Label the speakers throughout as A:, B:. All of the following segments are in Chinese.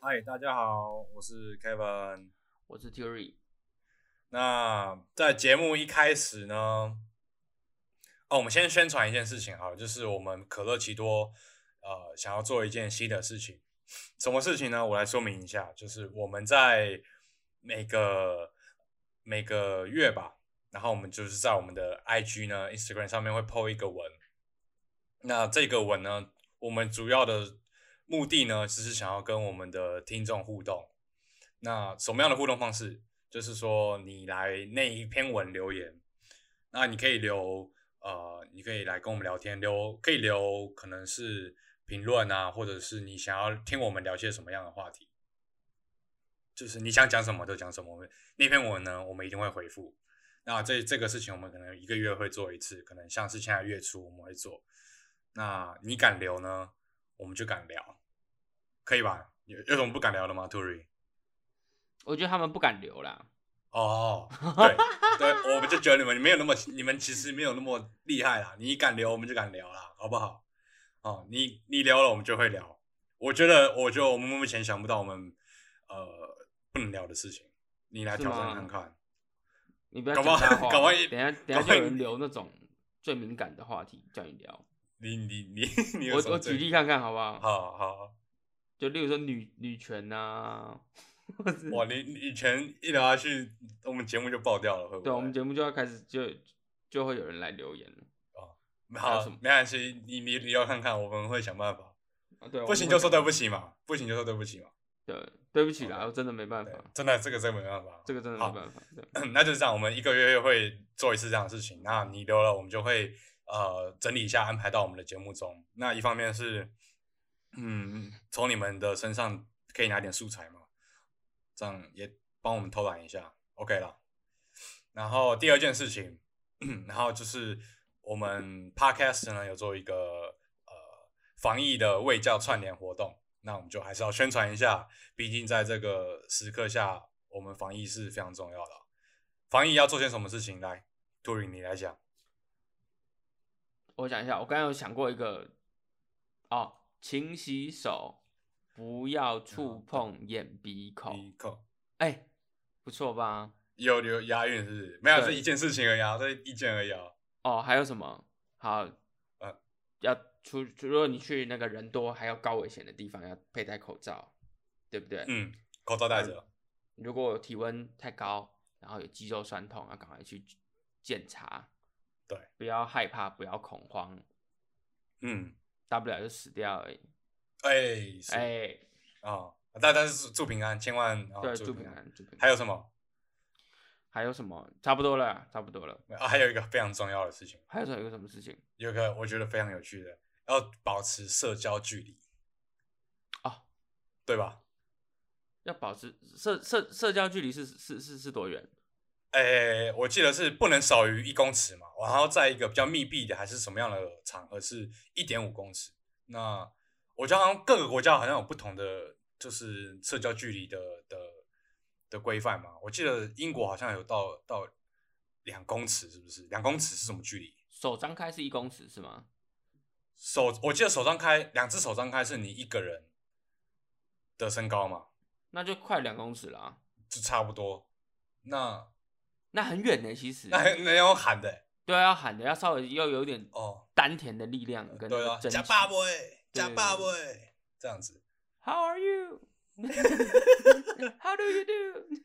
A: 嗨，大家好，我是 Kevin。
B: 我是 Terry。
A: 那在节目一开始呢，哦，我们先宣传一件事情好了，就是我们可乐奇多呃想要做一件新的事情，什么事情呢？我来说明一下，就是我们在每个每个月吧，然后我们就是在我们的 IG 呢、Instagram 上面会 PO 一个文。那这个文呢，我们主要的目的呢，只是想要跟我们的听众互动。那什么样的互动方式？就是说你来那一篇文留言，那你可以留呃，你可以来跟我们聊天，留可以留可能是评论啊，或者是你想要听我们聊些什么样的话题，就是你想讲什么就讲什么。我们那篇文呢，我们一定会回复。那这这个事情，我们可能一个月会做一次，可能像是现在月初我们会做。那你敢留呢，我们就敢聊，可以吧？有有什么不敢聊的吗，Tory？
B: 我觉得他们不敢留啦，
A: 哦，对对，我们就觉得你们没有那么，你们其实没有那么厉害啦。你敢聊，我们就敢聊啦，好不好？哦，你你聊了，我们就会聊。我觉得，我觉得我们目前想不到我们呃不能聊的事情，你来
B: 是
A: 挑战
B: 吗
A: 看看。
B: 你不要
A: 搞
B: 讲
A: 不好
B: 大话。
A: 搞不好
B: 等一下等一下
A: 搞不好
B: 就有人留那种最敏感的话题叫你聊。
A: 你你你你有
B: 我
A: 什么
B: 我
A: 最
B: 举，例看看好不好？
A: 好好，
B: 就例如说女女权啊呐、或者
A: 哇，你你以前一聊下去，我们节目就爆掉了，会不会？
B: 对，我们节目就要开始就就会有人来留言了。还有
A: 好
B: 什么，
A: 没关系，你你你要看看，我们会想办法。
B: 啊，对，我
A: 不
B: 们
A: 行
B: 会
A: 就说对不起嘛，不行就说对不起嘛。
B: 对，对不起啦，
A: OK
B: 我真的没办
A: 对
B: 法，，
A: 真的这个真的没办法，
B: 这个真的
A: 好
B: 没办法。对，
A: 那就是这样，我们一个月会做一次这样的事情。那你留了，我们就会呃整理一下，安排到我们的节目中。那一方面是，嗯，从你们的身上可以拿点素材嘛，这样也帮我们偷懒一下，OK 啦。然后第二件事情， 然后就是我们 Podcast 呢有做一个呃防疫的卫教串联活动，那我们就还是要宣传一下，毕竟在这个时刻下，我们防疫是非常重要的。防疫要做些什么事情？来，杜宇你来讲。
B: 我想一下，我刚刚有想过一个，哦，勤洗手，不要
A: 啊
B: 触碰眼鼻口。
A: 一口
B: 哎、不错吧？
A: 有有押韵是不是？没有，
B: 对
A: 这一件事情而已啊，这一件而已啊。
B: 哦，还有什么？好，
A: 呃，
B: 要出，如果你去那个人多还要高危险的地方，要佩戴口罩，对不对？
A: 嗯，口罩戴着。
B: 如果体温太高，然后有肌肉酸痛，要赶快去检查。
A: 对，
B: 不要害怕，不要恐慌，
A: 嗯，
B: 大不了就死掉而已。
A: 哎、是
B: 哎、
A: 啊、但但是祝平安，千万啊、
B: 对，
A: 祝
B: 祝平。安，祝平安。
A: 还有什么？
B: 还有什么？差不多了，差不多了。
A: 啊，还有一个非常重要的事情，
B: 还有什么？有什么事情？
A: 有一个我觉得非常有趣的，要保持社交距离，
B: 哦，
A: 对吧？
B: 要保持社社社交距离是是是是多远？
A: 哎、我记得是不能少于一公尺嘛，然后在一个比较密闭的还是什么样的场合是一点五公尺。那我觉得好像各个国家好像有不同的就是社交距离的的的规范嘛。我记得英国好像有到到两公尺，是不是？两公尺是什么距离？
B: 手张开是一公尺是吗？
A: 手我记得手张开，两只手张开是你一个人的身高嘛，
B: 那就快两公尺了、啊，
A: 就差不多。那
B: 那很远呢、其实。
A: 那那要喊的欸、
B: 对啊，要喊的要稍微要有点
A: 哦，
B: 丹田的力量跟
A: 对啊，
B: 加
A: 假爸喂，
B: 对
A: 假爸喂，这样子。
B: How are you? How do you do?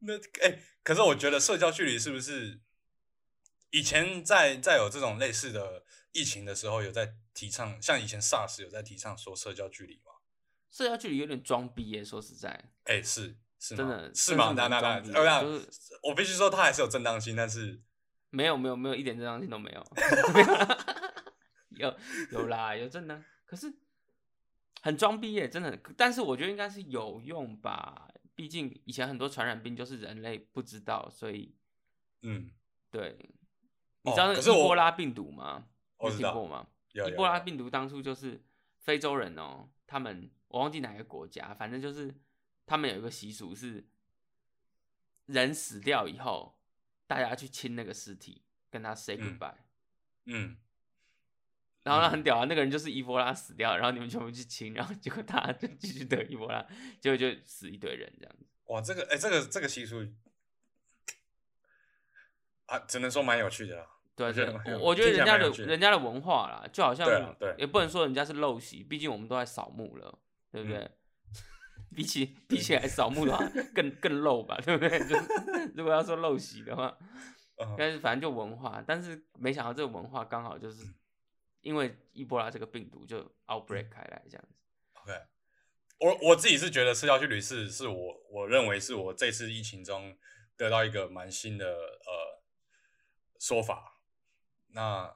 A: 那哎、可是我觉得社交距离是不是以前在在有这种类似的疫情的时候，有在提倡，像以前 SARS 有在提倡说社交距离吗？
B: 社交距离有点装逼耶、说实在，
A: 哎、是是吗？
B: 真的
A: 是吗？
B: 真
A: 那那
B: 的
A: 那，哦
B: 很装逼
A: 那
B: 就
A: 那
B: 是
A: 我必须说，它还是有正当性，但是
B: 没有没有没有一点正当性都没有， 有有啦有正当，可是很装逼耶、真的很。但是我觉得应该是有用吧，毕竟以前很多传染病就是人类不知道，所以
A: 嗯，
B: 对，你
A: 哦
B: 知道那
A: 可
B: 个
A: 是我
B: 伊波拉病毒吗？
A: 我
B: 你
A: 知
B: 有听
A: 道
B: 过啊吗？
A: 有
B: 伊
A: 有
B: 波拉
A: 有
B: 病毒当初就是非洲人哦，他们我忘记哪个国家，反正就是他们有一个习俗是，人死掉以后，大家去亲那个尸体，跟他 say
A: 嗯
B: goodbye。
A: 嗯，
B: 然后那很屌啊，那个人就是伊波拉死掉，然后你们全部去清，然后结果他就继续得伊波拉，结果就死一堆人这样子。
A: 哇，这个哎、这个这个习俗啊，只能说蛮有趣的啦。
B: 对啊，
A: 我觉
B: 对
A: 得
B: 啊，
A: 蛮有
B: 我我觉得
A: 听起
B: 人
A: 来
B: 家
A: 蛮
B: 的
A: 有趣的
B: 人家的文化啦，就好像
A: 对啊对
B: 也不能说人家是陋习，毕竟我们都在扫墓了，对不
A: 嗯
B: 对？ 比起比起来扫墓 的话，更更陋吧，对不 对？就是如果要说陋习的话，
A: 嗯
B: 但是反正就文化，但是没想到这个文化刚好就是
A: 嗯
B: 因为伊波拉这个病毒就 outbreak 开来这样子。
A: ，OK，我我自己是觉得吃下去旅是是我我认为是我这次疫情中得到一个蛮新的呃说法。那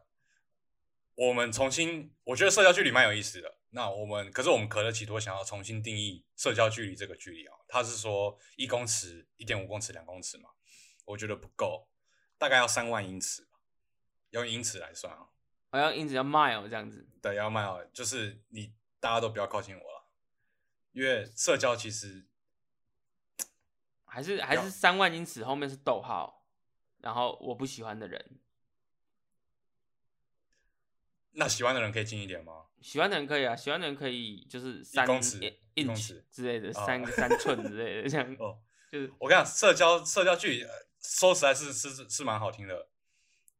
A: 我们重新，我觉得社交距离蛮有意思的。那我们可是我们可乐奇多想要重新定义社交距离这个距离啊，它是说一公尺、一点五公尺、两公尺嘛，我觉得不够，大概要三万英尺吧，用英尺来算啊。
B: 好像因此要 mile 这样子，
A: 对，要卖好，就是你大家都不要靠近我了，因为社交其实
B: 还是还是三万英尺后面是逗号，然后我不喜欢的人，
A: 那喜欢的人可以近一点吗？
B: 喜欢的人可以啊，喜欢的人可以就是三
A: 公尺一公
B: inch
A: 尺
B: 之类的，
A: 哦
B: 三三寸之类的，这样
A: 哦，
B: 就是
A: 我跟你讲，社交社交距离、呃说实在是是是是蛮好听的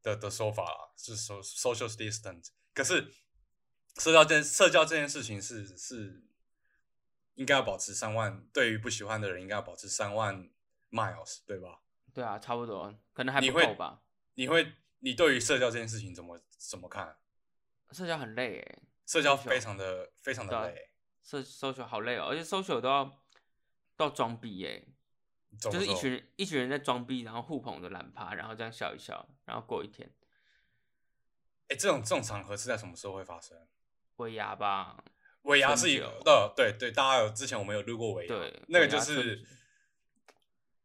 A: 的的说法啦，是 so social distance。可是社交这社交这件事情是是应该要保持三万，对于不喜欢的人应该要保持三万 miles，对吧？
B: 对啊，差不多，可能还
A: 你
B: 不
A: 会
B: 够吧。
A: 你会你对于社交这件事情怎么怎么看？
B: 社交很累诶，
A: 社交
B: social
A: 非常的非常
B: 对啊
A: 的累。
B: 社 social 好累哦，而且 social 都要都要装逼耶，
A: 怎
B: 就
A: 么
B: 是一
A: 说
B: 群人一群人在装逼，然后互捧着懒趴，然后这样笑一笑，然后过一天，
A: 哎、这种这种场合是在什么时候会发生？
B: 尾牙吧，
A: 尾牙
B: 春
A: 是一
B: 酒
A: 个，呃对对，大家有之前我们有录过尾牙，
B: 对
A: 那
B: 尾
A: 个
B: 牙
A: 就
B: 春酒
A: 是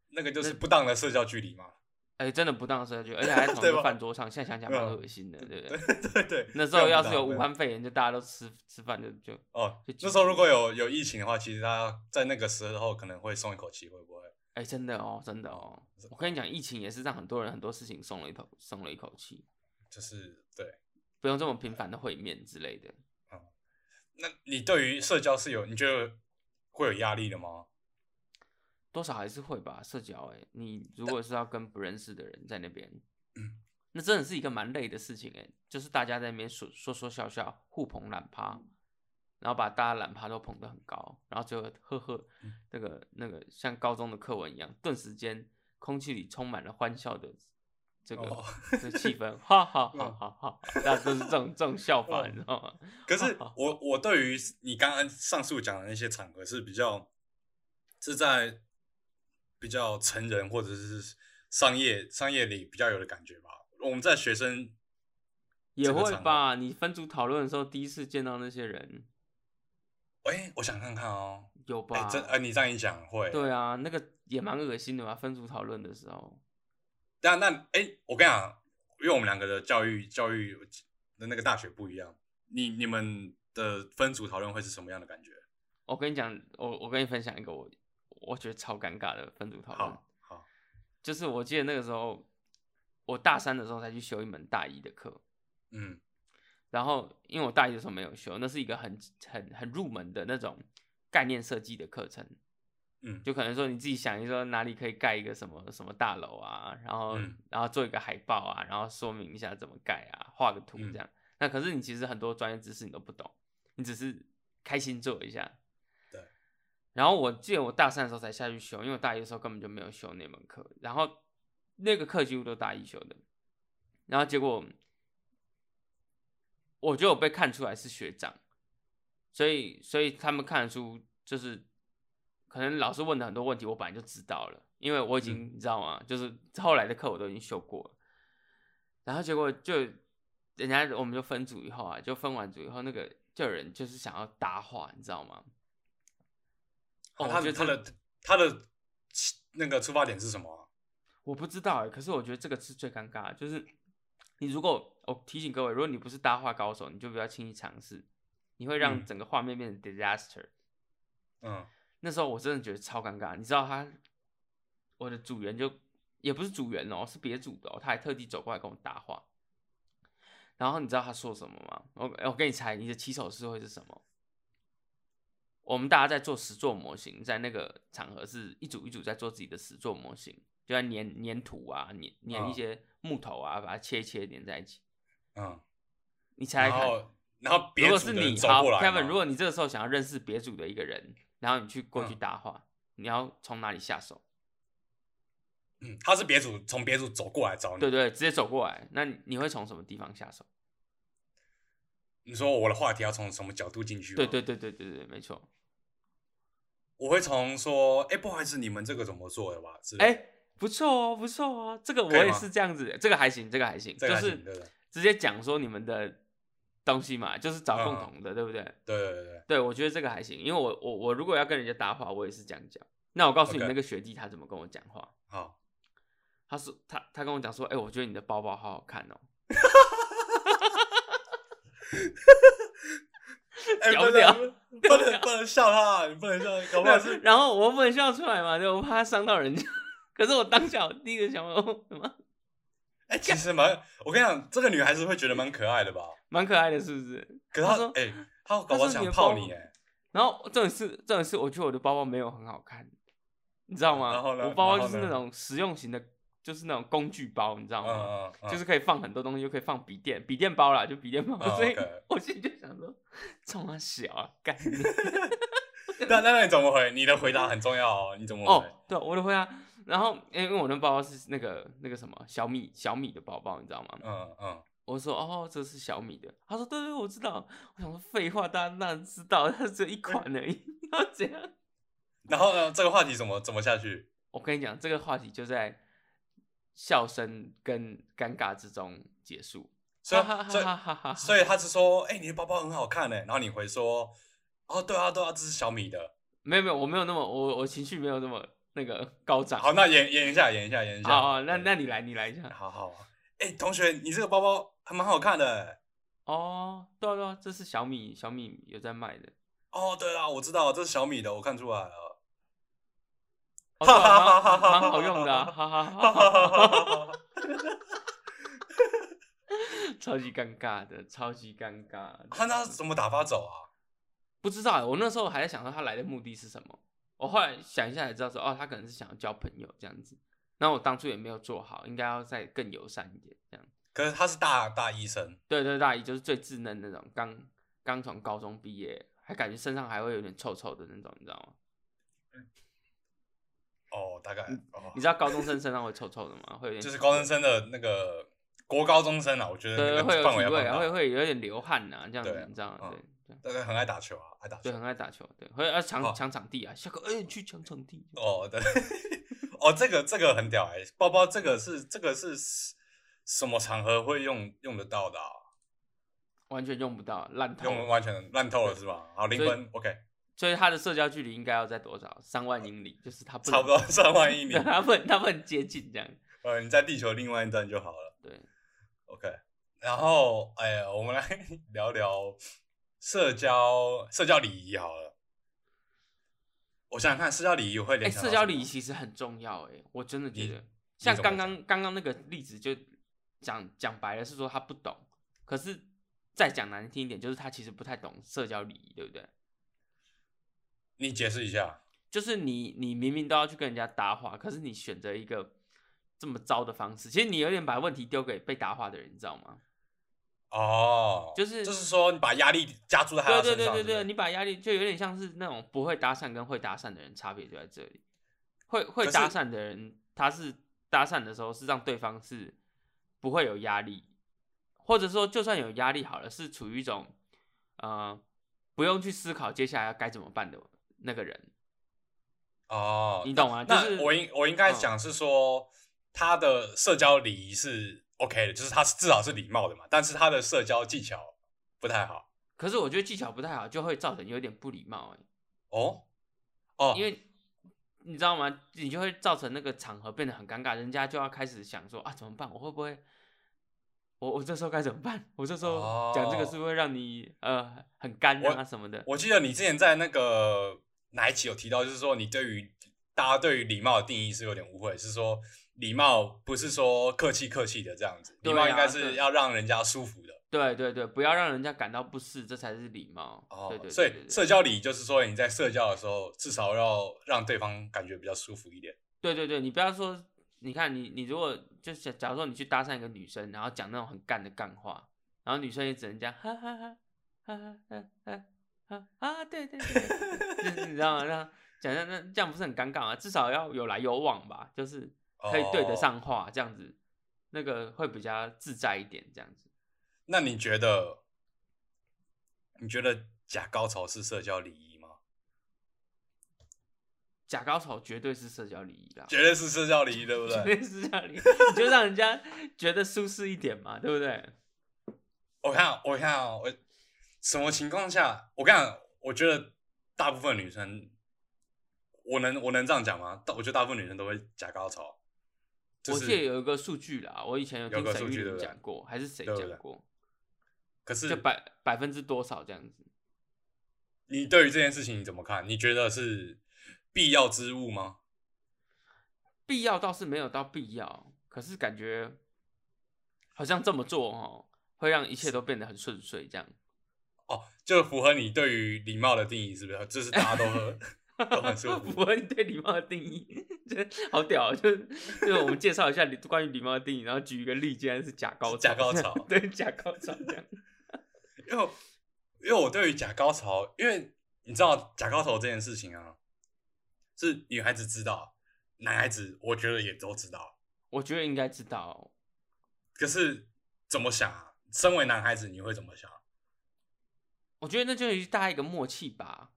A: 那个就是不当的社交距离嘛。
B: 哎、真的不当社交，而且还在同一
A: 对
B: 个
A: 吧
B: 饭桌上，现在想想蛮
A: 嗯
B: 恶心的，对不
A: 对
B: 对？
A: 对对，
B: 那时
A: 非
B: 候
A: 常
B: 要
A: 不
B: 是
A: 当
B: 有
A: 对啊
B: 武汉肺炎，就大家都吃吃饭就就
A: 哦那
B: 就，聚
A: 时候
B: 集
A: 如果有有疫情的话，其实大家在那个时候可能会松一口气，会不会？
B: 哎、真的哦，真的哦，我跟你讲，疫情也是让很多人很多事情松了一口松了一口气，
A: 就是对，
B: 不用这么频繁的会面之类的。
A: 那你对于社交是有你觉得会有压力的吗？
B: 多少还是会吧，社交哎、你如果是要跟不认识的人在那边，
A: 嗯
B: 那真的是一个蛮累的事情哎、就是大家在那边说说说笑笑，互捧懒趴，
A: 嗯
B: 然后把大家懒趴都捧得很高，然后最后呵呵，
A: 嗯
B: 那个那个像高中的课文一样，顿时间空气里充满了欢笑的这个、
A: 哦嗯
B: 这个气 氛，哈哈哈哈哈，那就是这种这种笑法，你知道吗？
A: 可是我我对于你刚刚上述讲的那些场合是比较是在比较成人或者是商业商业里比较有的感觉吧。我们在学生
B: 也
A: 这个
B: 会
A: 场合，
B: 吧，你分组讨论的时候，第一次见到那些人，
A: 哎、我想看看哦。
B: 有吧？
A: 哎、真呃，你这样一讲会。
B: 对啊，那个也蛮恶心的吧？分组讨论的时候，
A: 但那哎、我跟你讲，因为我们两个的教育教育的那个大学不一样，你你们的分组讨论会是什么样的感觉？
B: 我跟你讲，我我跟你分享一个我我觉得超尴尬的分组讨论
A: 好，好，
B: 就是我记得那个时候我大三的时候才去修一门大一的课，
A: 嗯
B: 然后因为我大一的时候没有修，那是一个很很很入门的那种概念设计的课程，
A: 嗯，
B: 就可能说你自己想一说哪里可以盖一个什么什么大楼啊，然后、
A: 嗯
B: 然后做一个海报啊，然后说明一下怎么盖啊，画个图
A: 嗯
B: 这样。那可是你其实很多专业知识你都不懂，你只是开心做一下。
A: 对。
B: 然后我记得我大三的时候才下去修，因为我大一的时候根本就没有修那门课，然后那个课几乎都大一修的，然后结果我觉得我被看出来是学长，所以所以他们看得出，就是可能老师问的很多问题，我本来就知道了，因为我已经、你知道吗？就是后来的课我都已经修过了，然后结果就人家我们就分组以后啊，就分完组以后，那个就有人就是想要搭话，你知道吗？哦，
A: 他
B: 我觉
A: 的
B: 得
A: 啊他
B: 这
A: 的他的那个出发点是什么啊、
B: 我不知道哎、可是我觉得这个是最尴尬的，就是你如果我、提醒各位，如果你不是搭话高手，你就不要轻易尝试，你会让
A: 嗯
B: 整个画面变成 disaster。
A: 嗯，
B: 那时候我真的觉得超尴尬，你知道他，我的组员就也不是组员哦，是别组的哦，他还特地走过来跟我搭话，然后你知道他说什么吗？我我给你猜，你的起手式会是什么？我们大家在做实作模型，在那个场合是一组一组在做自己的实作模型，就在粘粘土啊，粘粘一
A: 嗯
B: 些木头啊，把它切一切粘在一起。
A: 嗯，
B: 你猜
A: 然
B: 猜看，
A: 后然后别
B: 如果
A: 组
B: 是
A: 的人
B: 你，
A: 走
B: 好
A: 过来
B: ，Kevin，
A: 嘛
B: 如果你这个时候想要认识别组的一个人，然后你去过去
A: 嗯
B: 搭话，你要从哪里下手？
A: 嗯他是别组从别组走过来找你，
B: 对对，直接走过来，那你你会从什么地方下手？
A: 你说我的话题要从什么角度进去？
B: 对对，对对对对，没错。
A: 我会从说，哎，不好意思，你们这个怎么做的吧？是
B: 哎、不错哦，不错哦，这个我
A: 可以
B: 也
A: 吗
B: 是这样子，这个还行，这个还行，
A: 这个还
B: 就
A: 行
B: 是
A: 对对
B: 直接讲说你们的东西嘛，就是找共
A: 嗯
B: 同的，对不对？
A: 对对对对，
B: 对，我觉得这个还行，因为我我我如果要跟人家搭话，我也是这样讲。那我告诉你
A: OK
B: 那个学弟他怎么跟我讲话，
A: 好，
B: 他说他他跟我讲说，哎、我觉得你的包包好好看哦，
A: 哎，
B: 屌
A: 不
B: 不
A: 能
B: 屌
A: 不能不能笑他，你不能笑，搞不好是
B: 然后我不能笑出来嘛，对，我怕他伤到人家。可是我当下我第一个想法，哦什么
A: 哎，其实蛮，我跟你讲，这个女孩子会觉得蛮可爱的吧？
B: 蛮可爱的，是不是？
A: 可是
B: 他
A: 她
B: 说
A: 哎，她搞不好
B: 她说你
A: 想
B: 的
A: 泡
B: 包
A: 你哎，
B: 然后重点是，重点是，我觉得我的包包没有很好看，你知道吗？
A: 然后呢
B: 我包包
A: 然
B: 就
A: 后
B: 是
A: 呢
B: 那种实用型的，就是那种工具包，你知道
A: 嗯
B: 吗？
A: 嗯嗯，
B: 就是可以放很多东西，又可以放笔电、笔电包啦，就笔电包。
A: 嗯
B: 所以
A: OK
B: 我现在就想说，冲他小啊，干你！
A: 那那那你怎么回？你的回答很重要哦，你怎么回？
B: 哦，对，我的回答。然后因为我的包包是那个那个什么小米小米的包包，你知道吗？
A: 嗯嗯，
B: 我说哦，这是小米的。他说对对，我知道。我想说废话，大家当然知道，它只有一款而已，要怎样？
A: 然后呢？这个话题怎么怎么下去？
B: 我跟你讲，这个话题就在笑声跟尴尬之中结束。
A: 所以
B: 哈哈
A: 所以
B: 哈哈哈！
A: 所以他是说，哎、你的包包很好看呢。然后你回说，哦，对啊，对啊，这是小米的。
B: 没有没有，我没有那么我我情绪没有那么那个高涨。
A: 好，那演演一下，演一下，演一下。
B: 好哦好，那
A: 对
B: 那你来，你来一下。
A: 好好。哎、同学，你这个包包还蛮好看的。
B: 哦，对啊对啊，这是小米小米有在卖的。
A: 哦，对啦，我知道，这是小米的，我看出来了。
B: 哦对啊蛮蛮好用的啊，哈哈哈哈哈哈！超级尴尬的，超级尴尬的。
A: 他那怎么打发走啊？
B: 不知道欸，我那时候还在想说他来的目的是什么。我后来想一下才知道说，哦，他可能是想要交朋友这样子。然后我当初也没有做好，应该要再更友善一点这样。
A: 可是他是大大医生，
B: 对对，大姨就是最稚嫩那种，刚刚从高中毕业，还感觉身上还会有点臭臭的那种，你知道吗？
A: 哦，大概哦
B: 你，知道高中生身上会臭臭的吗？会有点
A: 就是
B: 体
A: 高中
B: 味，
A: 生的那个国高中生啊，我觉得
B: 对，
A: 那
B: 会有
A: 个范围
B: 体
A: 要
B: 味
A: 放
B: 啊，
A: 大
B: 会会有点流汗呐、这样
A: 对
B: 子，你知道吗？
A: 嗯
B: 对对
A: 大概很爱打球啊，爱打球
B: 对，。很爱打球，对，会要抢
A: 好
B: 抢场地啊，下课哎、去抢场地，
A: 哦，对， 哦，这个这个很屌哎、包包这个是这个是什么场合会用用得到的、啊？
B: 完全用不到，烂透了。
A: 用完全烂透了是吧？好，零
B: 所以
A: 分，OK，
B: 所以他的社交距离应该要在多少？三万英里，就是他不能
A: 差不多三万一米
B: 对，，他不能他不能接近这样。
A: 呃，你在地球另外一端就好了
B: 对，
A: ，OK。然后，哎、我们来 聊聊社交社交礼仪好了。我想想看，社交礼仪我会
B: 哎、
A: 联想到
B: 社
A: 什么、
B: 交礼仪其实很重要哎、我真的觉
A: 你
B: 得，像
A: 怎么
B: 刚
A: 讲
B: 刚刚刚那个例子就讲讲白了是说他不懂，可是再讲难听一点，就是他其实不太懂社交礼仪，对不对？
A: 你解释一下。
B: 就是你你明明都要去跟人家搭话，可是你选择一个这么糟的方式，其实你有点把问题丢给被搭话的人，你知道吗？
A: 哦，
B: 就是
A: 就是说，你把压力加注在他
B: 对
A: 的身
B: 对对
A: 上，
B: 对
A: 对不
B: 对，你把压力就有点像是那种不会搭讪跟会搭讪的人差别就在这里。会会
A: 可是
B: 搭讪的人，他是搭讪的时候是让对方是不会有压力，或者说就算有压力好了，是处于一种呃不用去思考接下来要该怎么办的那个人，
A: 哦，
B: 你懂吗？啊就
A: 那
B: 是
A: 我应我应该
B: 嗯
A: 讲是说，他的社交礼仪是 OK 的，就是他是至少是礼貌的嘛，但是他的社交技巧不太好
B: 可是我觉得技巧不太好，就会造成有点不礼貌、欸，
A: 哦哦，
B: 因为你知道吗？你就会造成那个场合变得很尴尬，人家就要开始想说啊，怎么办？我会不会？我我这时候该怎么办？我这时候讲这个
A: 哦
B: 是不是会让你呃很干
A: 我
B: 啊什么的？
A: 我记得你之前在那个哪一期有提到，就是说你对于大家对于礼貌的定义是有点误会，是说礼貌不是说客气客气的这样子，礼
B: 对
A: 貌应该
B: 啊
A: 是
B: 对
A: 要让人家舒服的。
B: 对对对，不要让人家感到不适，这才是礼貌。
A: 哦，
B: 对对
A: 所
B: 对对
A: 以
B: 对
A: 社交礼仪就是说你在社交的时候，至少要让对方感觉比较舒服一点。
B: 对对对，你不要说，你看你你如果就假假如说你去搭讪一个女生，然后讲那种很干的干话，然后女生也只能这样哈哈哈哈哈哈哈哈啊，对对对，就是你知道吗？让讲那那这样不是很尴尬吗？至少要有来有往吧，就是可以对得上话，这样子那个会比较自在一点，这样子。
A: 那你觉得，你觉得假高潮是社交礼仪吗？
B: 假高潮绝对是社交礼仪啦，
A: 绝对是社交礼仪，对不
B: 绝
A: 对？
B: 对是社交礼仪，你就让人家觉得舒适一点嘛，对不对？
A: 我看，我看哦，我什么情况下？我看，我觉得大部分女生，我能我能这样讲吗？但我觉得大部分女生都会假高潮，就
B: 我记得
A: 是
B: 有一个数据啦，我以前有
A: 有
B: 听
A: 个
B: 沈
A: 数
B: 玉
A: 据对
B: 琳
A: 不对
B: 讲过，还是谁
A: 对不
B: 讲
A: 对
B: 过，
A: 可是
B: 就百百分之多少这样子。
A: 你对于这件事情你怎么看？你觉得是必要之物吗？
B: 必要倒是没有到必要，可是感觉好像这么做哦，会让一切都变得很顺遂这样。
A: 哦，就符合你对于礼貌的定义，是不是？就是大家都喝都 很舒
B: 符
A: 服。
B: 合你对礼貌的定义，这好屌哦！就是就是我们介绍一下礼关于礼貌的定义，然后举一个例，竟然是假高潮，
A: 假高潮
B: 对，假高潮这样。
A: 因为我因为我对于假高潮，因为你知道假高潮这件事情啊，是女孩子知道，男孩子我觉得也都知道。
B: 我觉得应该知道，
A: 可是怎么想啊？身为男孩子，你会怎么想？
B: 我觉得那就是大家一个默契吧。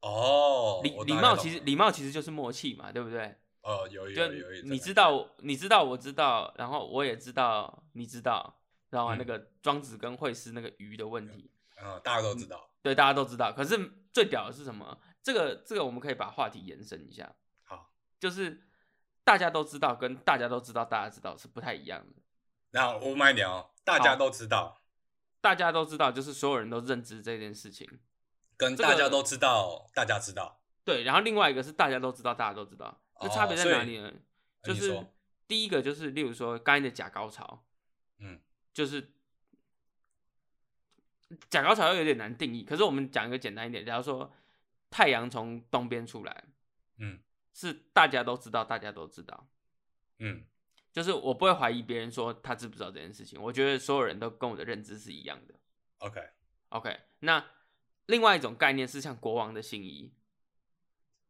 A: 哦，
B: 礼
A: 我
B: 礼
A: 大概
B: 貌
A: 懂
B: 其实
A: 了
B: 礼貌其实就是默契嘛，对不对？
A: 哦，有有
B: 就
A: 有有一种
B: 你知
A: 感觉
B: 道，你知道，我知道，然后我也知道，你知道，然后
A: 嗯
B: 那个庄子跟惠施那个鱼的问题，
A: 嗯，大家都知道。
B: 对，大家都知道。可是最屌的是什么？这个这个我们可以把话题延伸一下，
A: 好，
B: 就是大家都知道跟大家都知道，大家知道是不太一样的。
A: 那我慢一点哦，大家
B: 好
A: 都知道，
B: 大家都知道，就是所有人都认知这件事情。
A: 跟
B: 这
A: 大家
B: 个
A: 都知道，大家知道。
B: 对，然后另外一个是大家都知道，大家都知道，那差别
A: 哦
B: 在
A: 所
B: 哪
A: 以
B: 里呢？
A: 那
B: 就
A: 你
B: 是
A: 说
B: 第一个就是，例如说刚才的假高潮，
A: 嗯，
B: 就是假高潮又有点难定义，可是我们讲一个简单一点，假如说太阳从东边出来，
A: 嗯，
B: 是大家都知道，大家都知道，
A: 嗯，
B: 就是我不会怀疑别人说他知不知道这件事情，我觉得所有人都跟我的认知是一样的。
A: OK，
B: OK，那另外一种概念是像国王的新衣，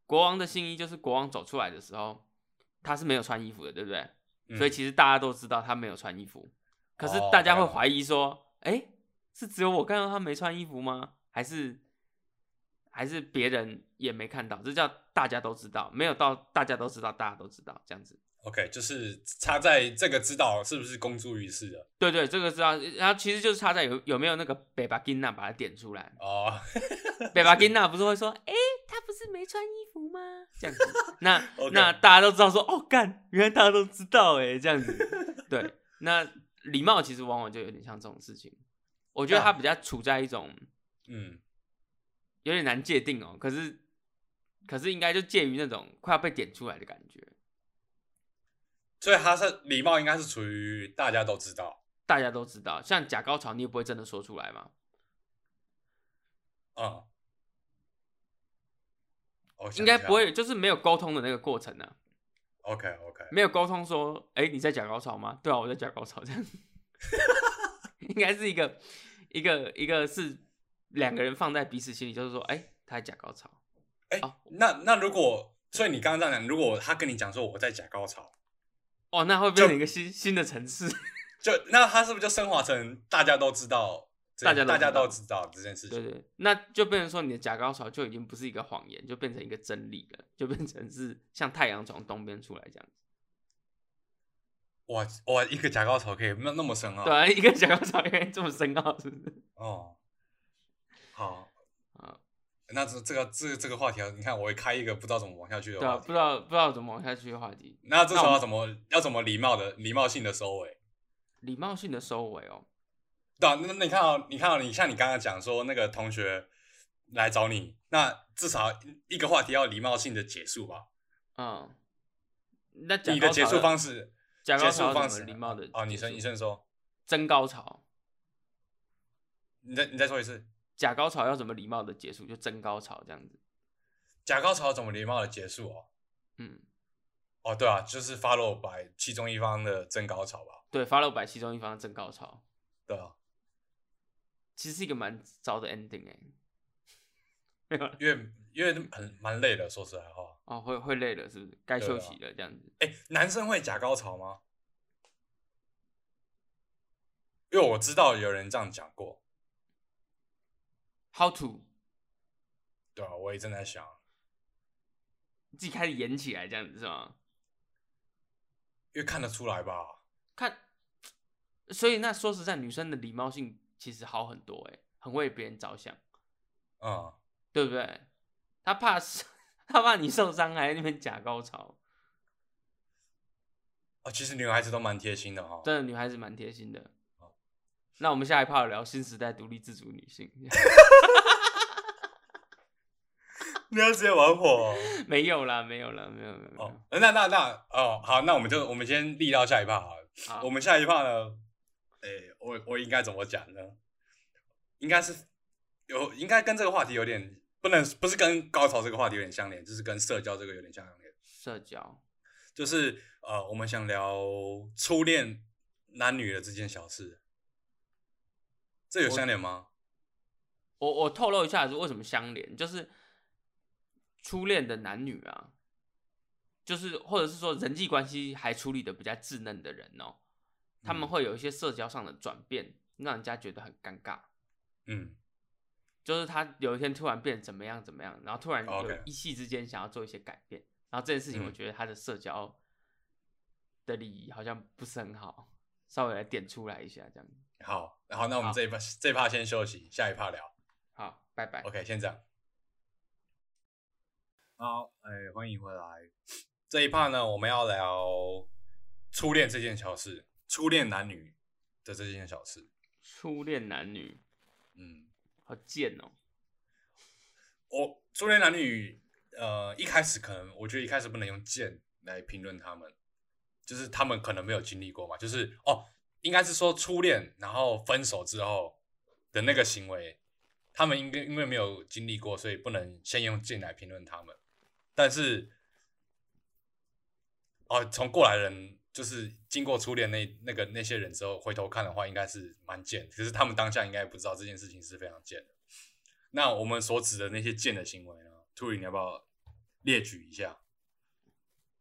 B: 国王的新衣就是国王走出来的时候，他是没有穿衣服的，对不对？
A: 嗯
B: 所以其实大家都知道他没有穿衣服，可是
A: 哦
B: 大家
A: 对
B: 会
A: 啊
B: 怀疑说，哎、是只有我看到他没穿衣服吗？还是还是别人也没看到？这叫大家都知道，没有到大家都知道，大家都知道这样子。
A: OK，就是他在这个知道是不是公诸于世的
B: 对对，这个知道，然后其实就是差在有有没有那个北巴金娜把它点出来。
A: 哦，
B: 北巴金娜不是会说，哎、他不是没穿衣服吗？这样子，那
A: OK
B: 那大家都知道说，哦，干，原来大家都知道，哎，这样子，对，那礼貌其实往往就有点像这种事情，我觉得
A: 那
B: 他比较处在一种
A: 嗯，
B: 有点难界定哦，可是可是应该就介于那种快要被点出来的感觉，
A: 所以他是礼貌应该是处于大家都知道
B: 大家都知道，像假高潮你也不会真的说出来嘛，
A: 啊、嗯，我想
B: 应该
A: 一下
B: 不会，就是没有沟通的那个过程啊，
A: OK OK，
B: 没有沟通说，哎、你在假高潮吗？对啊，我在假高潮，这样， 应该是一个一个一个是两个人放在彼此心里，就是说，哎、他在假高潮，
A: 哎、
B: 好
A: 那那如果所以你刚刚这样讲，如果他跟你讲说我在假高潮，
B: 哦，那会变成一个新新的层次，
A: 就那他是不是就升华成大家都知道这，
B: 大家都
A: 大家
B: 知道
A: 都知道这件事
B: 对
A: 情？
B: 对，那就变成说你的假高潮就已经不是一个谎言，就变成一个真理了，就变成是像太阳从东边出来这样子，
A: 哇哇，一个假高潮可以那那么深奥、
B: 对、啊，一个假高潮原来这么深奥，是不是？
A: 哦，好
B: 好，
A: 那这这个这个这个话题啊，你看我会开一个不知道怎么往下去的
B: 对啊，
A: 话
B: 不
A: 题。
B: 知道不知道怎么往下去的话题，
A: 那这时
B: 那
A: 候要
B: 我们
A: 怎么要怎么礼貌的礼貌性的收尾？
B: 礼貌性的收尾哦，
A: 对啊，那那你看到你看到你像你刚刚讲说那个同学来找你，那至少一个话题要礼貌性的结束吧？
B: 嗯，那假
A: 你的
B: 高
A: 结
B: 潮
A: 束方式，
B: 假
A: 结
B: 高
A: 束
B: 潮要
A: 方
B: 怎
A: 式
B: 么礼貌的
A: 哦，你先你先说，
B: 真高潮，
A: 你再你再说一次，
B: 假高潮要怎么礼貌的结束？就真高潮这样子。
A: 假高潮怎么礼貌的结束哦？
B: 嗯，
A: 哦，对啊，就是 follow by 其中一方的真高潮吧？
B: 对，follow by 其中一方真高潮，
A: 对啊，
B: 其实是一个蛮糟的 ending 哎、没有了
A: 因为因为很蛮累的，说实在话。
B: 哦，会会累了是不是？该
A: 对
B: 休
A: 啊
B: 息了这样子。
A: 哎，男生会假高潮吗？因为我知道有人这样讲过，
B: How to
A: 对啊，我也正在想，
B: 自己开始演起来这样子是吗？
A: 因为看得出来吧？
B: 看，所以那说实在，女生的礼貌性其实好很多哎、很为别人着想，
A: 嗯，
B: 对不对？她怕 她怕你受伤，还在那边假高潮。
A: 啊，其实女孩子都蛮贴心的哈、
B: 真的女孩子蛮贴心的
A: 好。
B: 那我们下一趴聊新时代独立自主女性，
A: 你要直接玩火哦、
B: 没有啦，没有啦，没有没有没有
A: 哦。，那那那哦，好，那我们就我们先立到下一趴好了。
B: 好
A: 我们下一趴呢，诶、我我应该怎么讲呢？应该是有，应该跟这个话题有点不能，不是跟高潮这个话题有点相连，就是跟社交这个有点相连。
B: 社交
A: 就是呃，我们想聊初恋男女的这件小事，这有相连吗？
B: 我我透露一下是为什么相连，就是初恋的男女啊，就是或者是说人际关系还处理的比较稚嫩的人哦、他
A: 嗯
B: 们会有一些社交上的转变，让人家觉得很尴尬。
A: 嗯，
B: 就是他有一天突然变怎么样怎么样，然后突然有
A: OK
B: 一夕之间想要做一些改变，然后这件事情我
A: 嗯
B: 觉得他的社交的礼仪好像不是很好，稍微来点出来一下这样。
A: 好，然后那我们
B: 好
A: 这一趴这一趴先休息，下一趴聊。
B: 好，拜拜。
A: OK，先这样。好，哎、欢迎回来。这一趴呢，我们要聊初恋这件小事，初恋男女的这件小事。
B: 初恋男女
A: 嗯，
B: 好贱哦、
A: 我初恋男女，呃，一开始可能我觉得一开始不能用贱来评论他们，就是他们可能没有经历过嘛，就是哦，应该是说初恋，然后分手之后的那个行为，他们应该因为没有经历过，所以不能先用贱来评论他们。但是，哦，从过来人就是经过初恋那那个那些人之后回头看的话，应该是蛮贱，可是他们当下应该不知道这件事情是非常贱的。那我们所指的那些贱的行为呢？兔里你要不要列举一下？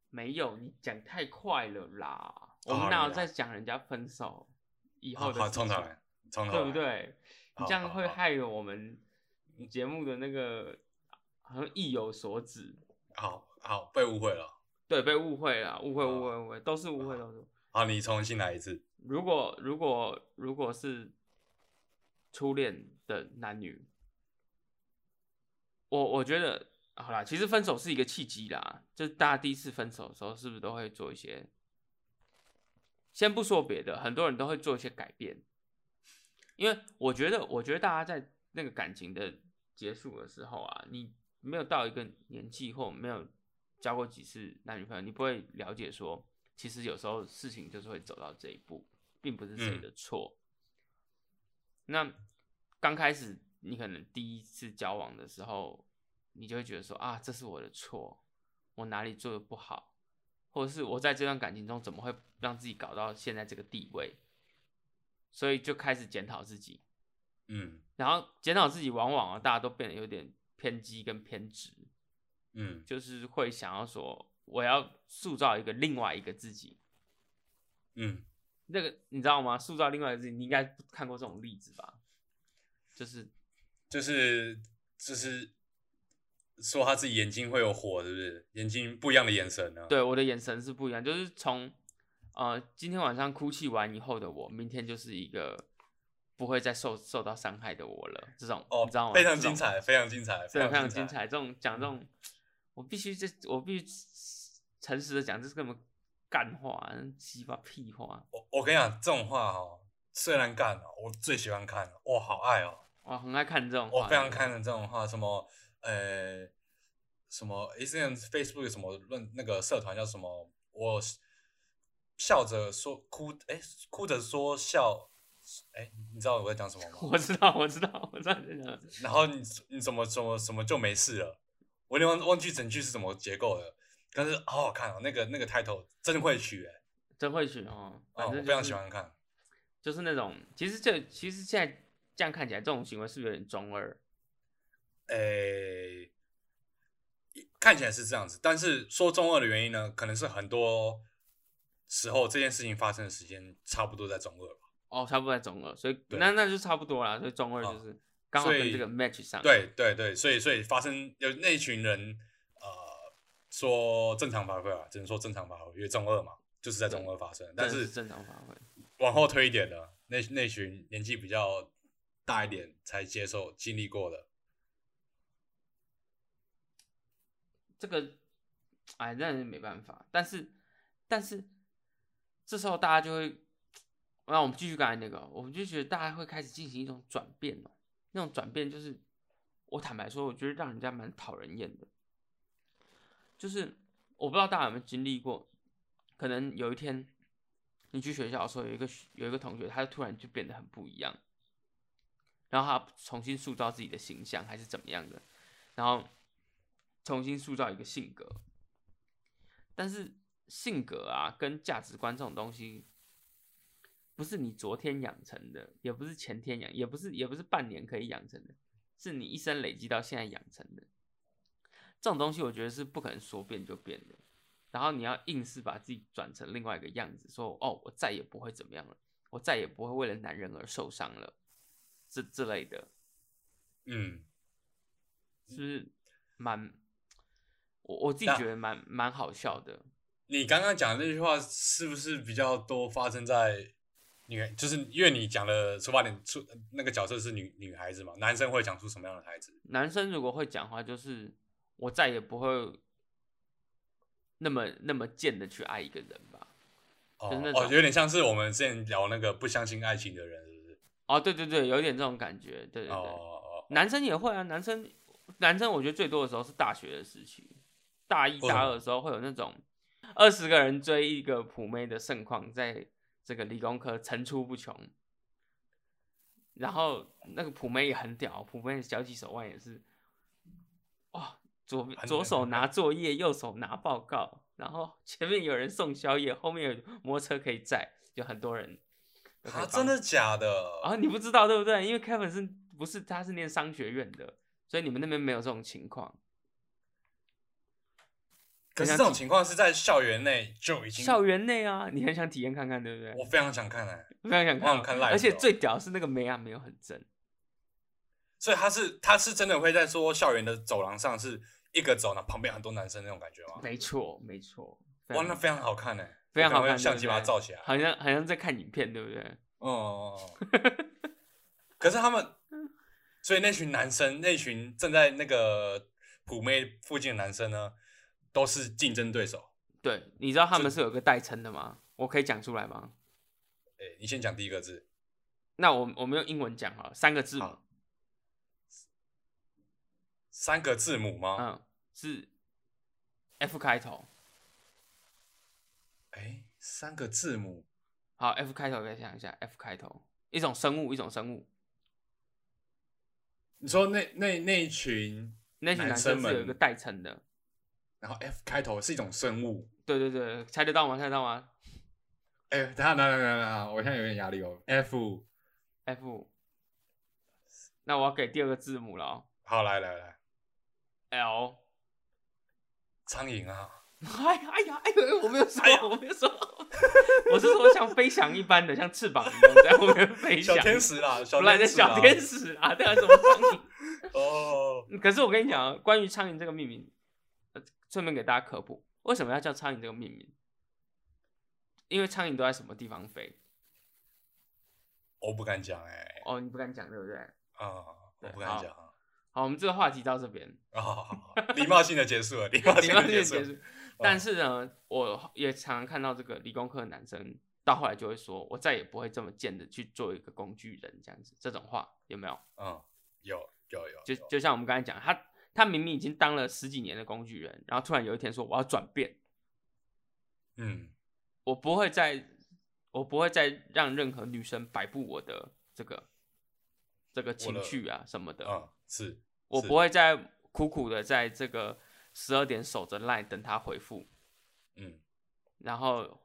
B: 没有，你讲太快了啦！我
A: 哦好
B: 们哪有
A: 你
B: 在
A: 来
B: 讲人家分手以
A: 好
B: 后的事
A: 好，
B: 情，
A: 从头来，从头来，
B: 对不？对？你
A: 好
B: 这样
A: 好
B: 会
A: 好
B: 害我们节目的那个好像意有所指。
A: 好好，被误会了。
B: 对，被误会了，误会，
A: 好
B: 误会，误会，都是误会，都是误会。
A: 好，你重新来一次。
B: 如果如果如果是初恋的男女，我我觉得好啦，其实分手是一个契机啦，就是大家第一次分手的时候，是不是都会做一些？先不说别的，很多人都会做一些改变，因为我觉得，我觉得大家在那个感情的结束的时候啊，你没有到一个年纪或没有交过几次男女朋友，你不会了解说，其实有时候事情就是会走到这一步，并不是谁
A: 嗯
B: 的错。那刚开始你可能第一次交往的时候，你就会觉得说啊，这是我的错，我哪里做的不好，或者是我在这段感情中怎么会让自己搞到现在这个地位，所以就开始检讨自己。
A: 嗯
B: 然后检讨自己，往往啊，大家都变得有点偏激跟偏执，
A: 嗯
B: 就是会想要说，我要塑造一个另外一个自己。
A: 嗯，
B: 那个你知道吗？塑造另外一个自己，你应该看过这种例子吧？就是
A: 就是就是说他自己眼睛会有火，是不是？眼睛不一样的眼神呢？，
B: 对我的眼神是不一样，就是从呃今天晚上哭泣完以后的我，明天就是一个不会再受受到伤害的我了。这种、
A: 哦
B: 你知道吗？
A: 非常
B: 这种
A: 精彩非常精彩
B: 对，
A: 非常
B: 非常
A: 精
B: 精
A: 彩嗯
B: 彩。这种讲这种，我必须这我必须诚实的讲，这是根本干话，鸡巴屁话，
A: 我我跟你讲，这种话哦，虽然干哦，我最喜欢看了，我好爱哦。
B: 我很爱看这种话。
A: 我非常
B: 对
A: 看的这种话，什么呃，什么 Instagram、Facebook 有什么论那个社团叫什么？我笑着说哭，哎、哭着说笑，哎，你知道我在讲什么吗？
B: 我知道，我知道，我知道你在讲什么。
A: 然后你你怎么怎么怎么就没事了？我有点忘忘记整句是怎么结构的，但是好好看哦，那个那个 title 真会取哎、
B: 真会取哦，
A: 哦，
B: 反
A: 我
B: 正、就是
A: 非常喜欢看。
B: 就是那种，其实这其实现在这样看起来，这种行为是不是有点中二？
A: 诶，看起来是这样子，但是说中二的原因呢，可能是很多时候这件事情发生的时间差不多在中二吧。
B: 哦，差不多在中二，所以
A: 对
B: 那那就差不多啦。所以中二
A: 哦
B: 就是刚好
A: 所
B: 跟
A: 以
B: 这个 match 上。，
A: 对对对，所以所以发生有那一群人，呃，说正常发挥啊，只能说正常发挥，因为中二嘛，就是在中二发生。但
B: 真的
A: 是
B: 是正常发挥。
A: 往后推一点的，那那群年纪比较大一点才接受经历过的，
B: 这个，哎，那也没办法。但是，但是这时候大家就会，那我们继续刚才那个，我们就觉得大家会开始进行一种转变哦。那种转变就是，我坦白说，我觉得让人家蛮讨人厌的。就是我不知道大家有没有经历过，可能有一天你去学校的时候，有一个学有一个同学，他就突然就变得很不一样，然后他重新塑造自己的形象，还是怎么样的，然后重新塑造一个性格。但是性格啊，跟价值观这种东西，不是你昨天养成的，也不是前天养，也不是也不是半年可以养成的，是你一生累积到现在养成的。这种东西我觉得是不可能说变就变的。然后你要硬是把自己转成另外一个样子，说哦，我再也不会怎么样了，我再也不会为了男人而受伤了，这之类的。
A: 嗯，
B: 是不是蛮，我我自己
A: 那
B: 觉得蛮蛮好笑的。
A: 你刚刚讲的那句话是不是比较多发生在女？就是因为你讲的出发点出那个角色是女女孩子嘛，男生会讲出什么样的台词？
B: 男生如果会讲话，就是我再也不会那么那么贱的去爱一个人吧。
A: 哦
B: 就是那
A: 哦，
B: 种
A: 有点像是我们之前聊那个不相信爱情的人，是不是？
B: 哦，对对对，有点这种感觉，对对对。
A: 哦哦哦，
B: 男生也会啊，男生男生我觉得最多的时候是大学的时期，大一
A: 为什么
B: 大二的时候会有那种二十个人追一个普妹的盛况，在这个理工科层出不穷。然后那个普妹也很屌，普妹的小举手腕也是，哇，左
A: 很
B: 左手
A: 很
B: 拿作业，右手拿报告，然后前面有人送宵夜，后面有摩托车可以载，有很多人都可以
A: 啊，
B: 帮
A: 真的假的？
B: 啊，你不知道对不对？因为 Kevin 是不是他是念商学院的，所以你们那边没有这种情况。
A: 可是
B: 人
A: 这
B: 家
A: 种
B: 体
A: 情况是在校园内就已经，
B: 校园内啊，你很想体验看看，对不对？
A: 我非常想看哎、
B: 我非常想看
A: 我想
B: 哦，
A: 看 live
B: 而且
A: 的哦
B: 最屌是那个梅亚没有很正，
A: 所以他是他是真的会在说校园的走廊上是一个走廊旁边很多男生那种感觉吗？
B: 没错没错，非
A: 哇，
B: 常
A: 那非常好看哎、
B: 非常好
A: 我可能会用
B: 看，对
A: 相
B: 不
A: 机把它
B: 对
A: 照起来。
B: 好像好像在看影片，对不对？
A: 哦、可是他们，所以那群男生，那群正在那个普妹附近的男生呢，都是竞争对手。
B: 对，你知道他们是有个代称的吗？我可以讲出来吗？
A: 哎、你先讲第一个字，
B: 那我我们用英文讲好了，三个字母，
A: 好三个字母吗？
B: 嗯，是 F 开头，
A: 哎、三个字母，
B: 好，F 开头，再想一下，F 开头，一种生物，一种生物，
A: 你说那那那一群，
B: 那群
A: 男
B: 男
A: 生
B: 生是有一
A: 们
B: 个代称的。
A: 然后 F 开头是一种生物。
B: 对对对，猜得到吗？猜得到吗
A: 哎、等一下，等一下，等一下等一下，我现在有点压力哦。F，
B: ？F。那我要给第二个字母了、哦、
A: 好，来来来，
B: ，L。
A: 苍蝇啊，
B: 哎呀哎呀哎呦！我没有说，
A: 哎呀
B: 我没有说， 我是说像飞翔一般的，像翅膀一样，这 样我没有飞
A: 小
B: 翔。
A: 天使啦，小
B: 不然
A: 天
B: 的
A: 使啦，
B: 小天使啊，对啊，什么苍
A: 哦，
B: 蝇？可是我跟你讲啊，关于苍蝇这个命名，呃，顺便给大家科普，为什么要叫苍蝇这个命名？因为苍蝇都在什么地方飞？
A: 我不敢讲哎、
B: 哦，你不敢讲对不对？
A: 啊，我
B: 对
A: 不敢
B: 好
A: 讲啊。
B: 好，我们这个话题到这边。
A: 啊好，好好礼貌性的结束了，礼貌
B: 理
A: 性
B: 工
A: 的
B: 科
A: 结
B: 结
A: 束。
B: 束。但是呢，我也常常看到这个理工科的男生到后来就会说，我再也不会这么贱的去做一个工具人这样子，这种话有没有？
A: 嗯，有有有，
B: 就
A: 有
B: 就像我们刚才讲，他他明明已经当了十几年的工具人，然后突然有一天说我要转变，
A: 嗯，
B: 我不会再我不会再让任何女生摆布我的这个这个情绪啊什么的，
A: 嗯，是
B: 我
A: 是
B: 不会再苦苦的在这个十二点守着 line 等他回复，
A: 嗯
B: 然后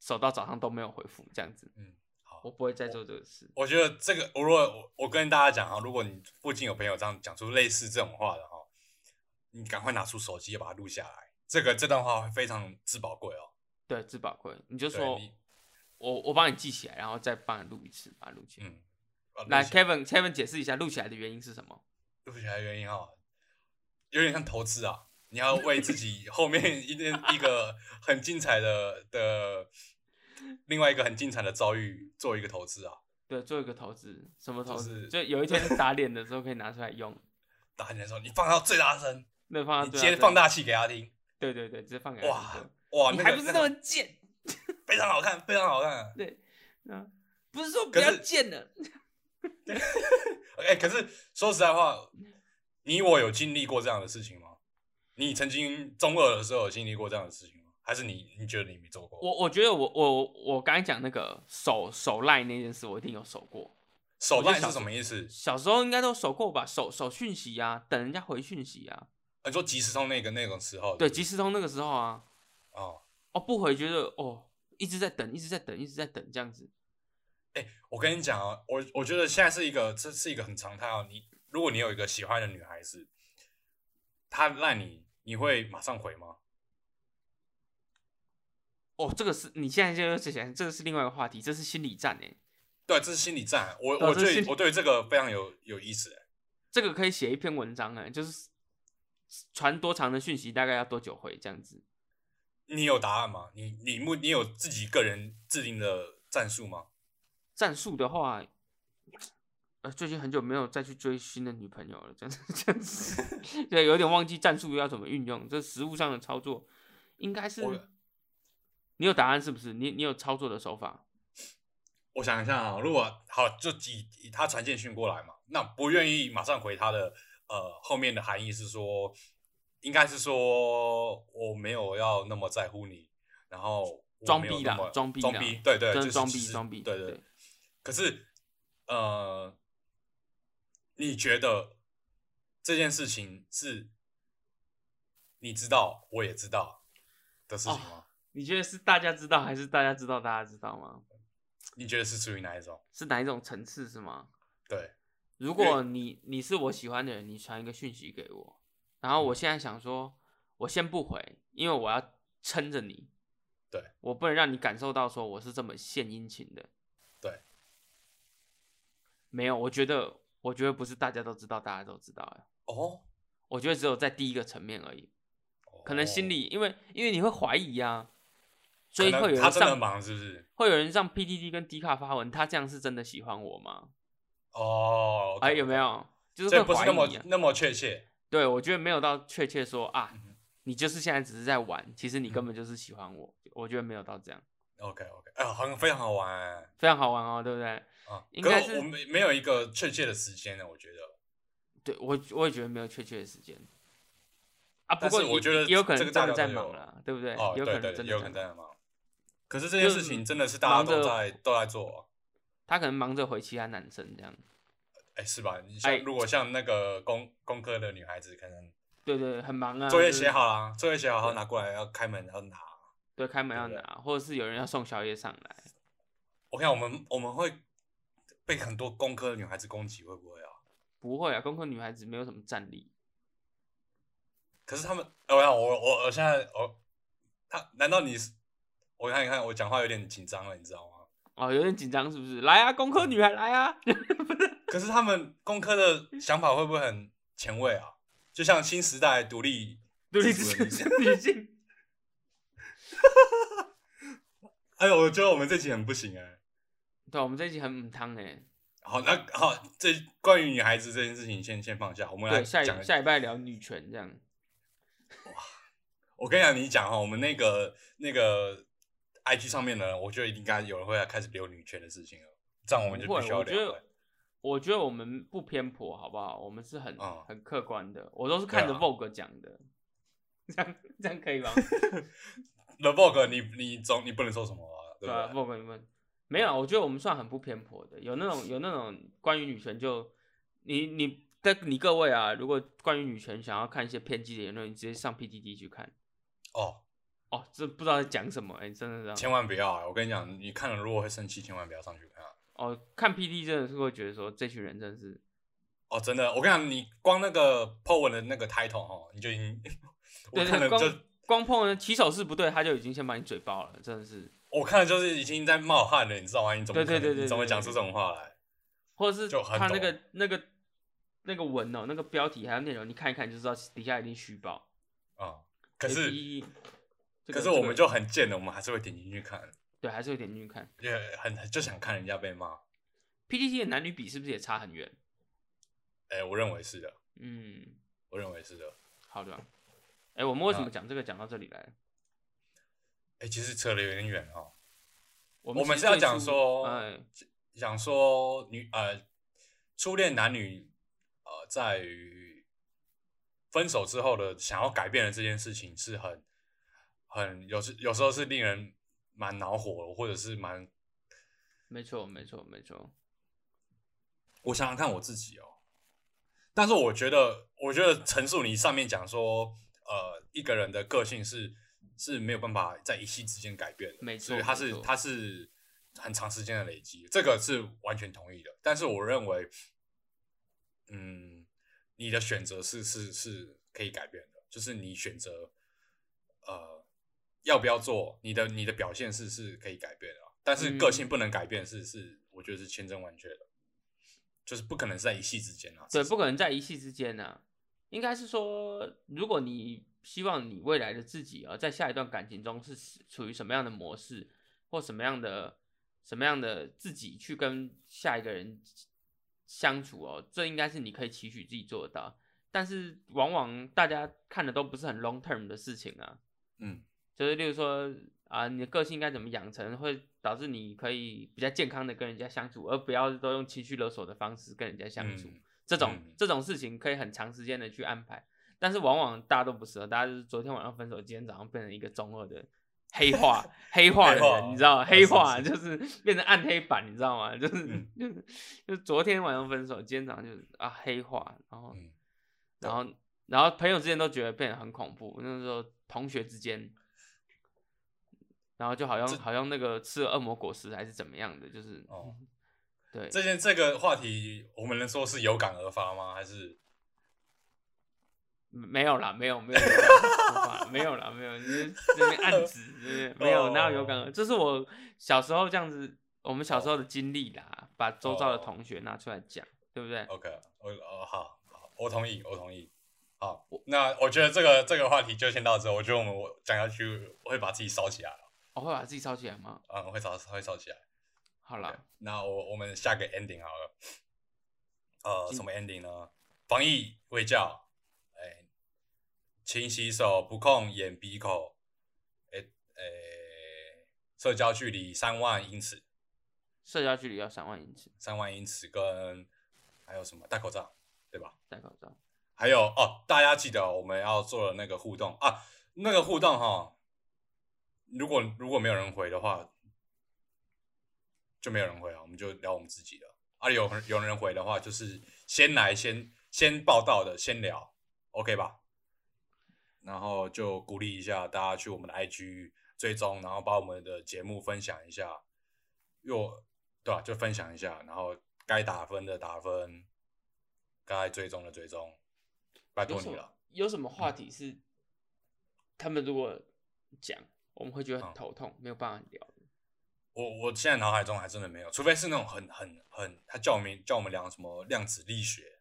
B: 守到早上都没有回复这样子，
A: 嗯，好，
B: 我不会再做这个事。
A: 我觉得这个，我如果我我跟大家讲啊哈，如果你附近有朋友这样讲出类似这种话的哈，你赶快拿出手机把它录下来，这个这段话会非常之宝贵哦。
B: 对，自宝贵，你就
A: 对
B: 说
A: 你
B: 我我帮你记起来，然后再帮你录一次，把它录起来。
A: 嗯，把它
B: 来
A: 录起来
B: ，Kevin Kevin 解释一下录起来的原因是什么？
A: 录起来的原因哈，有点像投资啊，你要为自己后面一定一个很精彩的的另外一个很精彩的遭遇做一个投资啊。
B: 对，做一个投资，什么投资？
A: 是
B: 就有一天打脸的时候可以拿出来用，
A: 打你的时候，你放到最大声，
B: 那放
A: 你
B: 到
A: 直
B: 最
A: 接
B: 大
A: 放
B: 声，
A: 大器给他听，
B: 对对对，直接放给他
A: 哇
B: 听
A: 哇，
B: 啊你
A: 那
B: 还
A: 个
B: 不是
A: 那
B: 那么
A: 个
B: 贱？
A: 非常好看，非常好看。啊
B: 对，嗯，不是说不
A: 可
B: 要
A: 是
B: 贱的，
A: 哎、可是说实在话，你我有经历过这样的事情吗？你曾经中二的时候有经历过这样的事情吗？还是你你觉得你没做过？
B: 我我觉得我我我刚才讲那个手手赖那件事，我一定有手过。
A: 手
B: 我就
A: 烂
B: 想
A: 是什么意思？
B: 小时候应该都手过吧，手手讯息啊，等人家回讯息啊。
A: 你说即时通那个那种时候？
B: 对，即时通那个时候啊，
A: 哦，
B: 哦不回觉得哦一直在等，一直在等，一直在等这样子。
A: 我跟你讲啊，我我觉得现在是一个这是一个很常态哦。你如果你有一个喜欢的女孩子，她烂你，你会马上回吗？
B: 哦，这个是你现在就这想，这个是另外一个话题，这是心理战哎、
A: 对，这是心理战。我
B: 对啊
A: 我
B: 这是心
A: 对
B: 理
A: 我对这个非常有有意思。欸
B: 这个可以写一篇文章哎、就是传多长的讯息，大概要多久回这样子。
A: 你有答案吗？你你目你有自己个人制定的战术吗？
B: 战术的话，呃，最近很久没有再去追新的女 朋友了，这样子这样子，对，有点忘记战术要怎么运用。这实物上的操作应该是
A: 我，
B: 你有答案是不是？你你有操作的手法？
A: 我想一下啊，如果好就以以他传简讯过来嘛，那不愿意马上回他的呃后面的含义是说，应该是说我没有要那么在乎你，然后我
B: 装
A: 没有
B: 逼
A: 那
B: 啦
A: 么
B: 装逼
A: 装
B: 啦
A: 逼，对对，
B: 真
A: 就
B: 的
A: 是
B: 装
A: 其
B: 逼
A: 实
B: 装逼
A: 对对
B: 对。
A: 可是呃，你觉得这件事情是你知道我也知道的事
B: 哦
A: 情吗？
B: 你觉得是大家知道，还是大家知道大家知道吗？
A: 你觉得是属于哪一种？
B: 是哪一种层次是吗？
A: 对，
B: 如
A: 因为
B: 果你你是我喜欢的人，你传一个讯息给我，
A: 嗯
B: 然后我现在想说，我先不回，因为我要撑着你，
A: 对
B: 我不能让你感受到说我是这么献殷勤的。
A: 对，
B: 没有，我觉得我觉得不是大家都知道，大家都知道哎，
A: 哦，
B: 我觉得只有在第一个层面而已，可能心里因为因为你会怀疑啊，所以
A: 哦可能
B: 会有
A: 他
B: 人
A: 真的
B: 上
A: 忙是不是？
B: 会有人上 PDD 跟 D 卡发文，他这样是真的喜欢我吗？
A: 哦，
B: 哎、有没
A: 有？
B: 有？就是
A: 所
B: 会
A: 以不是
B: 怀
A: 那么
B: 疑、啊。
A: 那么确切。
B: 对，我觉得没有到确切说啊
A: 嗯，
B: 你就是现在只是在玩，其实你根本就是喜欢我。我觉得没有到这样，
A: OK OK，哎、好像非常好玩哎
B: 非常好玩哦，对不对？
A: 啊！
B: 应
A: 可
B: 该
A: 是我
B: 是
A: 我没没有一个确切的时间呢，我觉得。
B: 对我我也觉得没有确切的时间啊。不
A: 但
B: 过
A: 是我
B: 也
A: 觉得
B: 也有可
A: 这
B: 能
A: 个
B: 真
A: 大
B: 的
A: 家都
B: 在
A: 有
B: 忙了，对不对？
A: 哦，
B: 有
A: 对
B: 可
A: 对
B: 能，真
A: 也有
B: 的
A: 可
B: 在
A: 能在
B: 忙，
A: 忙。可是这件事情真的是大家
B: 忙
A: 都
B: 着
A: 在都在做，啊
B: 他可能忙着回其他男生这样。
A: 哎、是吧？你像、
B: 哎
A: 如果像那个工工科的女孩子，可能
B: 对对，很忙啊。
A: 作业
B: 就是
A: 写好啦，作业写好，然后拿过来要开门要拿。
B: 对，开门要
A: 对不
B: 拿，或者是有人要送宵夜上来。
A: 我看我们我们会被很多工科的女孩子攻击，会不会啊？
B: 不会啊，功课女孩子没有什么战力。
A: 可是他们，哎我要我我我现在我他难道你是？我看一看，我讲话有点紧张了，你知道吗？
B: 哦，有点紧张是不是？来啊，工科女孩来啊！
A: 嗯 可是他们工科的想法会不会很前卫啊？就像新时代独立
B: 独立
A: 自主的
B: 自
A: 女性
B: 主 女性，
A: 哎呦，我觉得我们这集很不行哎、
B: 对，我们这一集很母汤哎。
A: 好，那好，这关于女孩子这件事情先先放下，我们来
B: 对，下
A: 讲
B: 一。下一拜聊女权这样。
A: 我跟你讲，你讲哈，我们那个那个 IG 上面的人，我觉得应该有人会来开始留女权的事情了，这样我
B: 不
A: 们就
B: 会
A: 必须要
B: 我觉
A: 聊
B: 得
A: 了。
B: 我觉得我们不偏颇，好不好？我们是很、
A: 嗯
B: 很客观的，我都是看着
A: 对啊
B: Vogue 讲的， 这样这样可以吗？
A: The Vogue，你你总你不能说什么啊、对
B: 对啊
A: 不对？
B: 不管你们没有啊，我觉得我们算很不偏颇的。有那种有那种关于女权就你你但你各位啊，如果关于女权想要看一些偏激的言论，你直接上 PTT 去看。
A: 哦，
B: 哦，这不知道在讲什么，哎、真的这
A: 千
B: 样。
A: 万不要啊！我跟你讲，你看了如果会生气，千万不要上去看啊。
B: 哦，看 PTT 真的是会觉得说这群人真的是
A: 哦，真的，我跟你讲，你光那个 po 文的那个 title 哦，你就已 经，我
B: 对
A: 看
B: 对，
A: 了就
B: 光光碰起手势不对，他就已经先把你嘴爆了，真的是。
A: 我看了就是已经在冒汗了，你知道吗？你怎么
B: 对对
A: 可能
B: 对对
A: 你怎么
B: 对
A: 讲
B: 对
A: 出这种话来？
B: 或者是
A: 就很
B: 他那
A: 懂
B: 个那个那个文哦，那个标题还有内容，你看一看就知道底下一定虚报。
A: 啊、可
B: APE
A: 是
B: 这
A: 可
B: 个、
A: 是我
B: 这个
A: 们就很贱的，我们还是会点进去看，
B: 对，还是有点进去看。
A: 也很就想看人家被骂。
B: PPT 的男女比是不是也差很远？
A: 哎、我认为是的，
B: 嗯，
A: 我认为是的。
B: 好的。哎、我们为什
A: 那
B: 么讲这个讲到这里来了？
A: 哎、其实扯得有点远哦。
B: 我
A: 我
B: 们
A: 们是
B: 其实
A: 要
B: 最
A: 讲
B: 初
A: 说，
B: 哎，
A: 讲说女呃，初恋男女呃，在于分手之后的想要改变的这件事情是很很有时有时候是令人蛮恼火的，或者是蛮
B: 没错，没错，没错。
A: 我想想看我自己哦，但是我觉得，我觉得陈述你上面讲说，呃，一个人的个性是是没有办法在一夕之间改变的，
B: 没错
A: 所以他
B: 没
A: 是
B: 错
A: 他是很长时间的累积，这个是完全同意的。但是我认为，嗯，你的选择是是是可以改变的，就是你选择，呃，要不要做，你的你的表现是是可以改变的，啊但是个
B: 嗯
A: 性不能改变是，是我觉得是千真万确的，就是不可能是在一夕之间啊。
B: 对，
A: 是
B: 不可能在一夕之间呢、应该是说，如果你希望你未来的自己啊，在下一段感情中是处于什么样的模式，或什么样的什么样的自己去跟下一个人相处哦，这应该是你可以期许自己做得到。但是往往大家看的都不是很 long term 的事情啊，
A: 嗯，
B: 就是例如说啊，你的个性应该怎么养成，会导致你可以比较健康的跟人家相处，而不要都用情绪勒索的方式跟人家相处。
A: 嗯
B: 这种、
A: 嗯
B: 这种事情可以很长时间的去安排，但是往往大家都不适合，大家就是昨天晚上分手，今天早上变成一个中二的黑 化黑化
A: 黑
B: 的
A: 化
B: 人，你知道吗？
A: 呃
B: 黑
A: 是
B: 化
A: 是
B: 就是 变成暗黑版，你知道吗？就是、
A: 嗯
B: 就是就是昨天晚上分手，今天早上就是啊黑化，然后、
A: 嗯
B: 然后然后朋友之间都觉得变得很恐怖，那时候同学之间。然后就好像好像那个吃了恶魔果实还是怎么样的，就是
A: 哦，
B: 对，
A: 这件这个话题，我们能说是有感而发吗？还是
B: 没有啦，没有没有没有啦，没有啦，没有，你是这边暗指，
A: 哦
B: 对不对没有，哪有有感而？这是我小时候这样子，我们小时候的经历啦，把周遭
A: 哦
B: 的同学拿出来讲，对不对？
A: OK？我哦好好，我同意，我同意。好，那我觉得这个这个话题就先到这，我觉得我们我讲下去我会把自己烧起来了，
B: 我哦会把自己烧起来吗？
A: 啊、嗯，会烧会烧起来。
B: 好啦，
A: 那我我们下个 ending 好了，呃，
B: 今
A: 什么 ending 呢？防疫卫教，哎、勤洗手，不碰眼鼻口，哎、哎、社交距离三万英尺，
B: 社交距离要三万英尺，
A: 三万英尺跟还有什么戴口罩，对吧？
B: 戴口罩。
A: 还有哦，大家记得哦我们要做的那个互动啊，那个互动哈、如果如果没有人回的话，就没有人回啊，我们就聊我们自己的。啊，有人有人回的话，就是先来先先报道的，先聊，OK 吧？然后就鼓励一下大家去我们的 IG 追踪，然后把我们的节目分享一下，又对啊吧、就分享一下，然后该打分的打分，该追踪的追踪，拜
B: 有
A: 托
B: 什
A: 你
B: 么
A: 了。嗯
B: 有什么话题是他们如果讲，我们会觉得
A: 嗯
B: 很头痛，没有办法聊的。
A: 我我现在脑海中还真的没有，除非是那种很很很，他叫我们叫我们聊什么量子力学，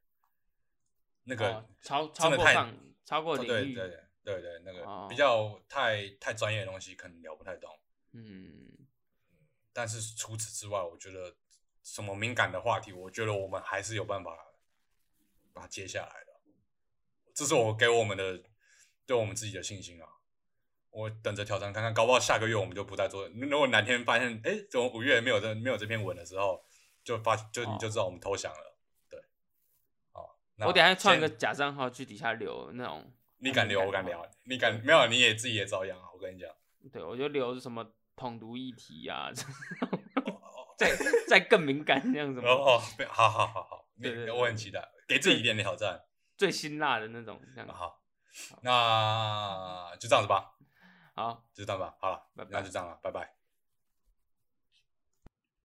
A: 那个、
B: 哦，超超
A: 真的
B: 过
A: 太
B: 上超过
A: 对
B: 领
A: 对
B: 域，
A: 对对对，那个
B: 哦
A: 比较太太专业的东西可能聊不太懂。
B: 嗯。
A: 但是除此之外，我觉得什么敏感的话题，我觉得我们还是有办法把它接下来的。这是我给我们的对我们自己的信心啊！我等着挑战看看，搞不好下个月我们就不再做。如果哪天发现，哎，怎么五月没有这没有这篇文的时候，就发就
B: 哦
A: 你就知道我们投降了。对，好，那
B: 我等一下创一个
A: 先，
B: 假账号去底下留那种，
A: 你敢留，我敢聊，你敢没有，你也自己也照样啊！我跟你讲，
B: 对我就留什么统独议题呀、这 再再更敏感这样子
A: 哦
B: 嘛，
A: 哦，没有好好好好，
B: 对对
A: 那
B: 对
A: 我很期待，给自己一点点挑战。
B: 最辛辣的那种这样。
A: 好，那就这样子吧，
B: 好，
A: 就这样吧。好了，
B: 拜拜
A: 那就这样了，拜拜。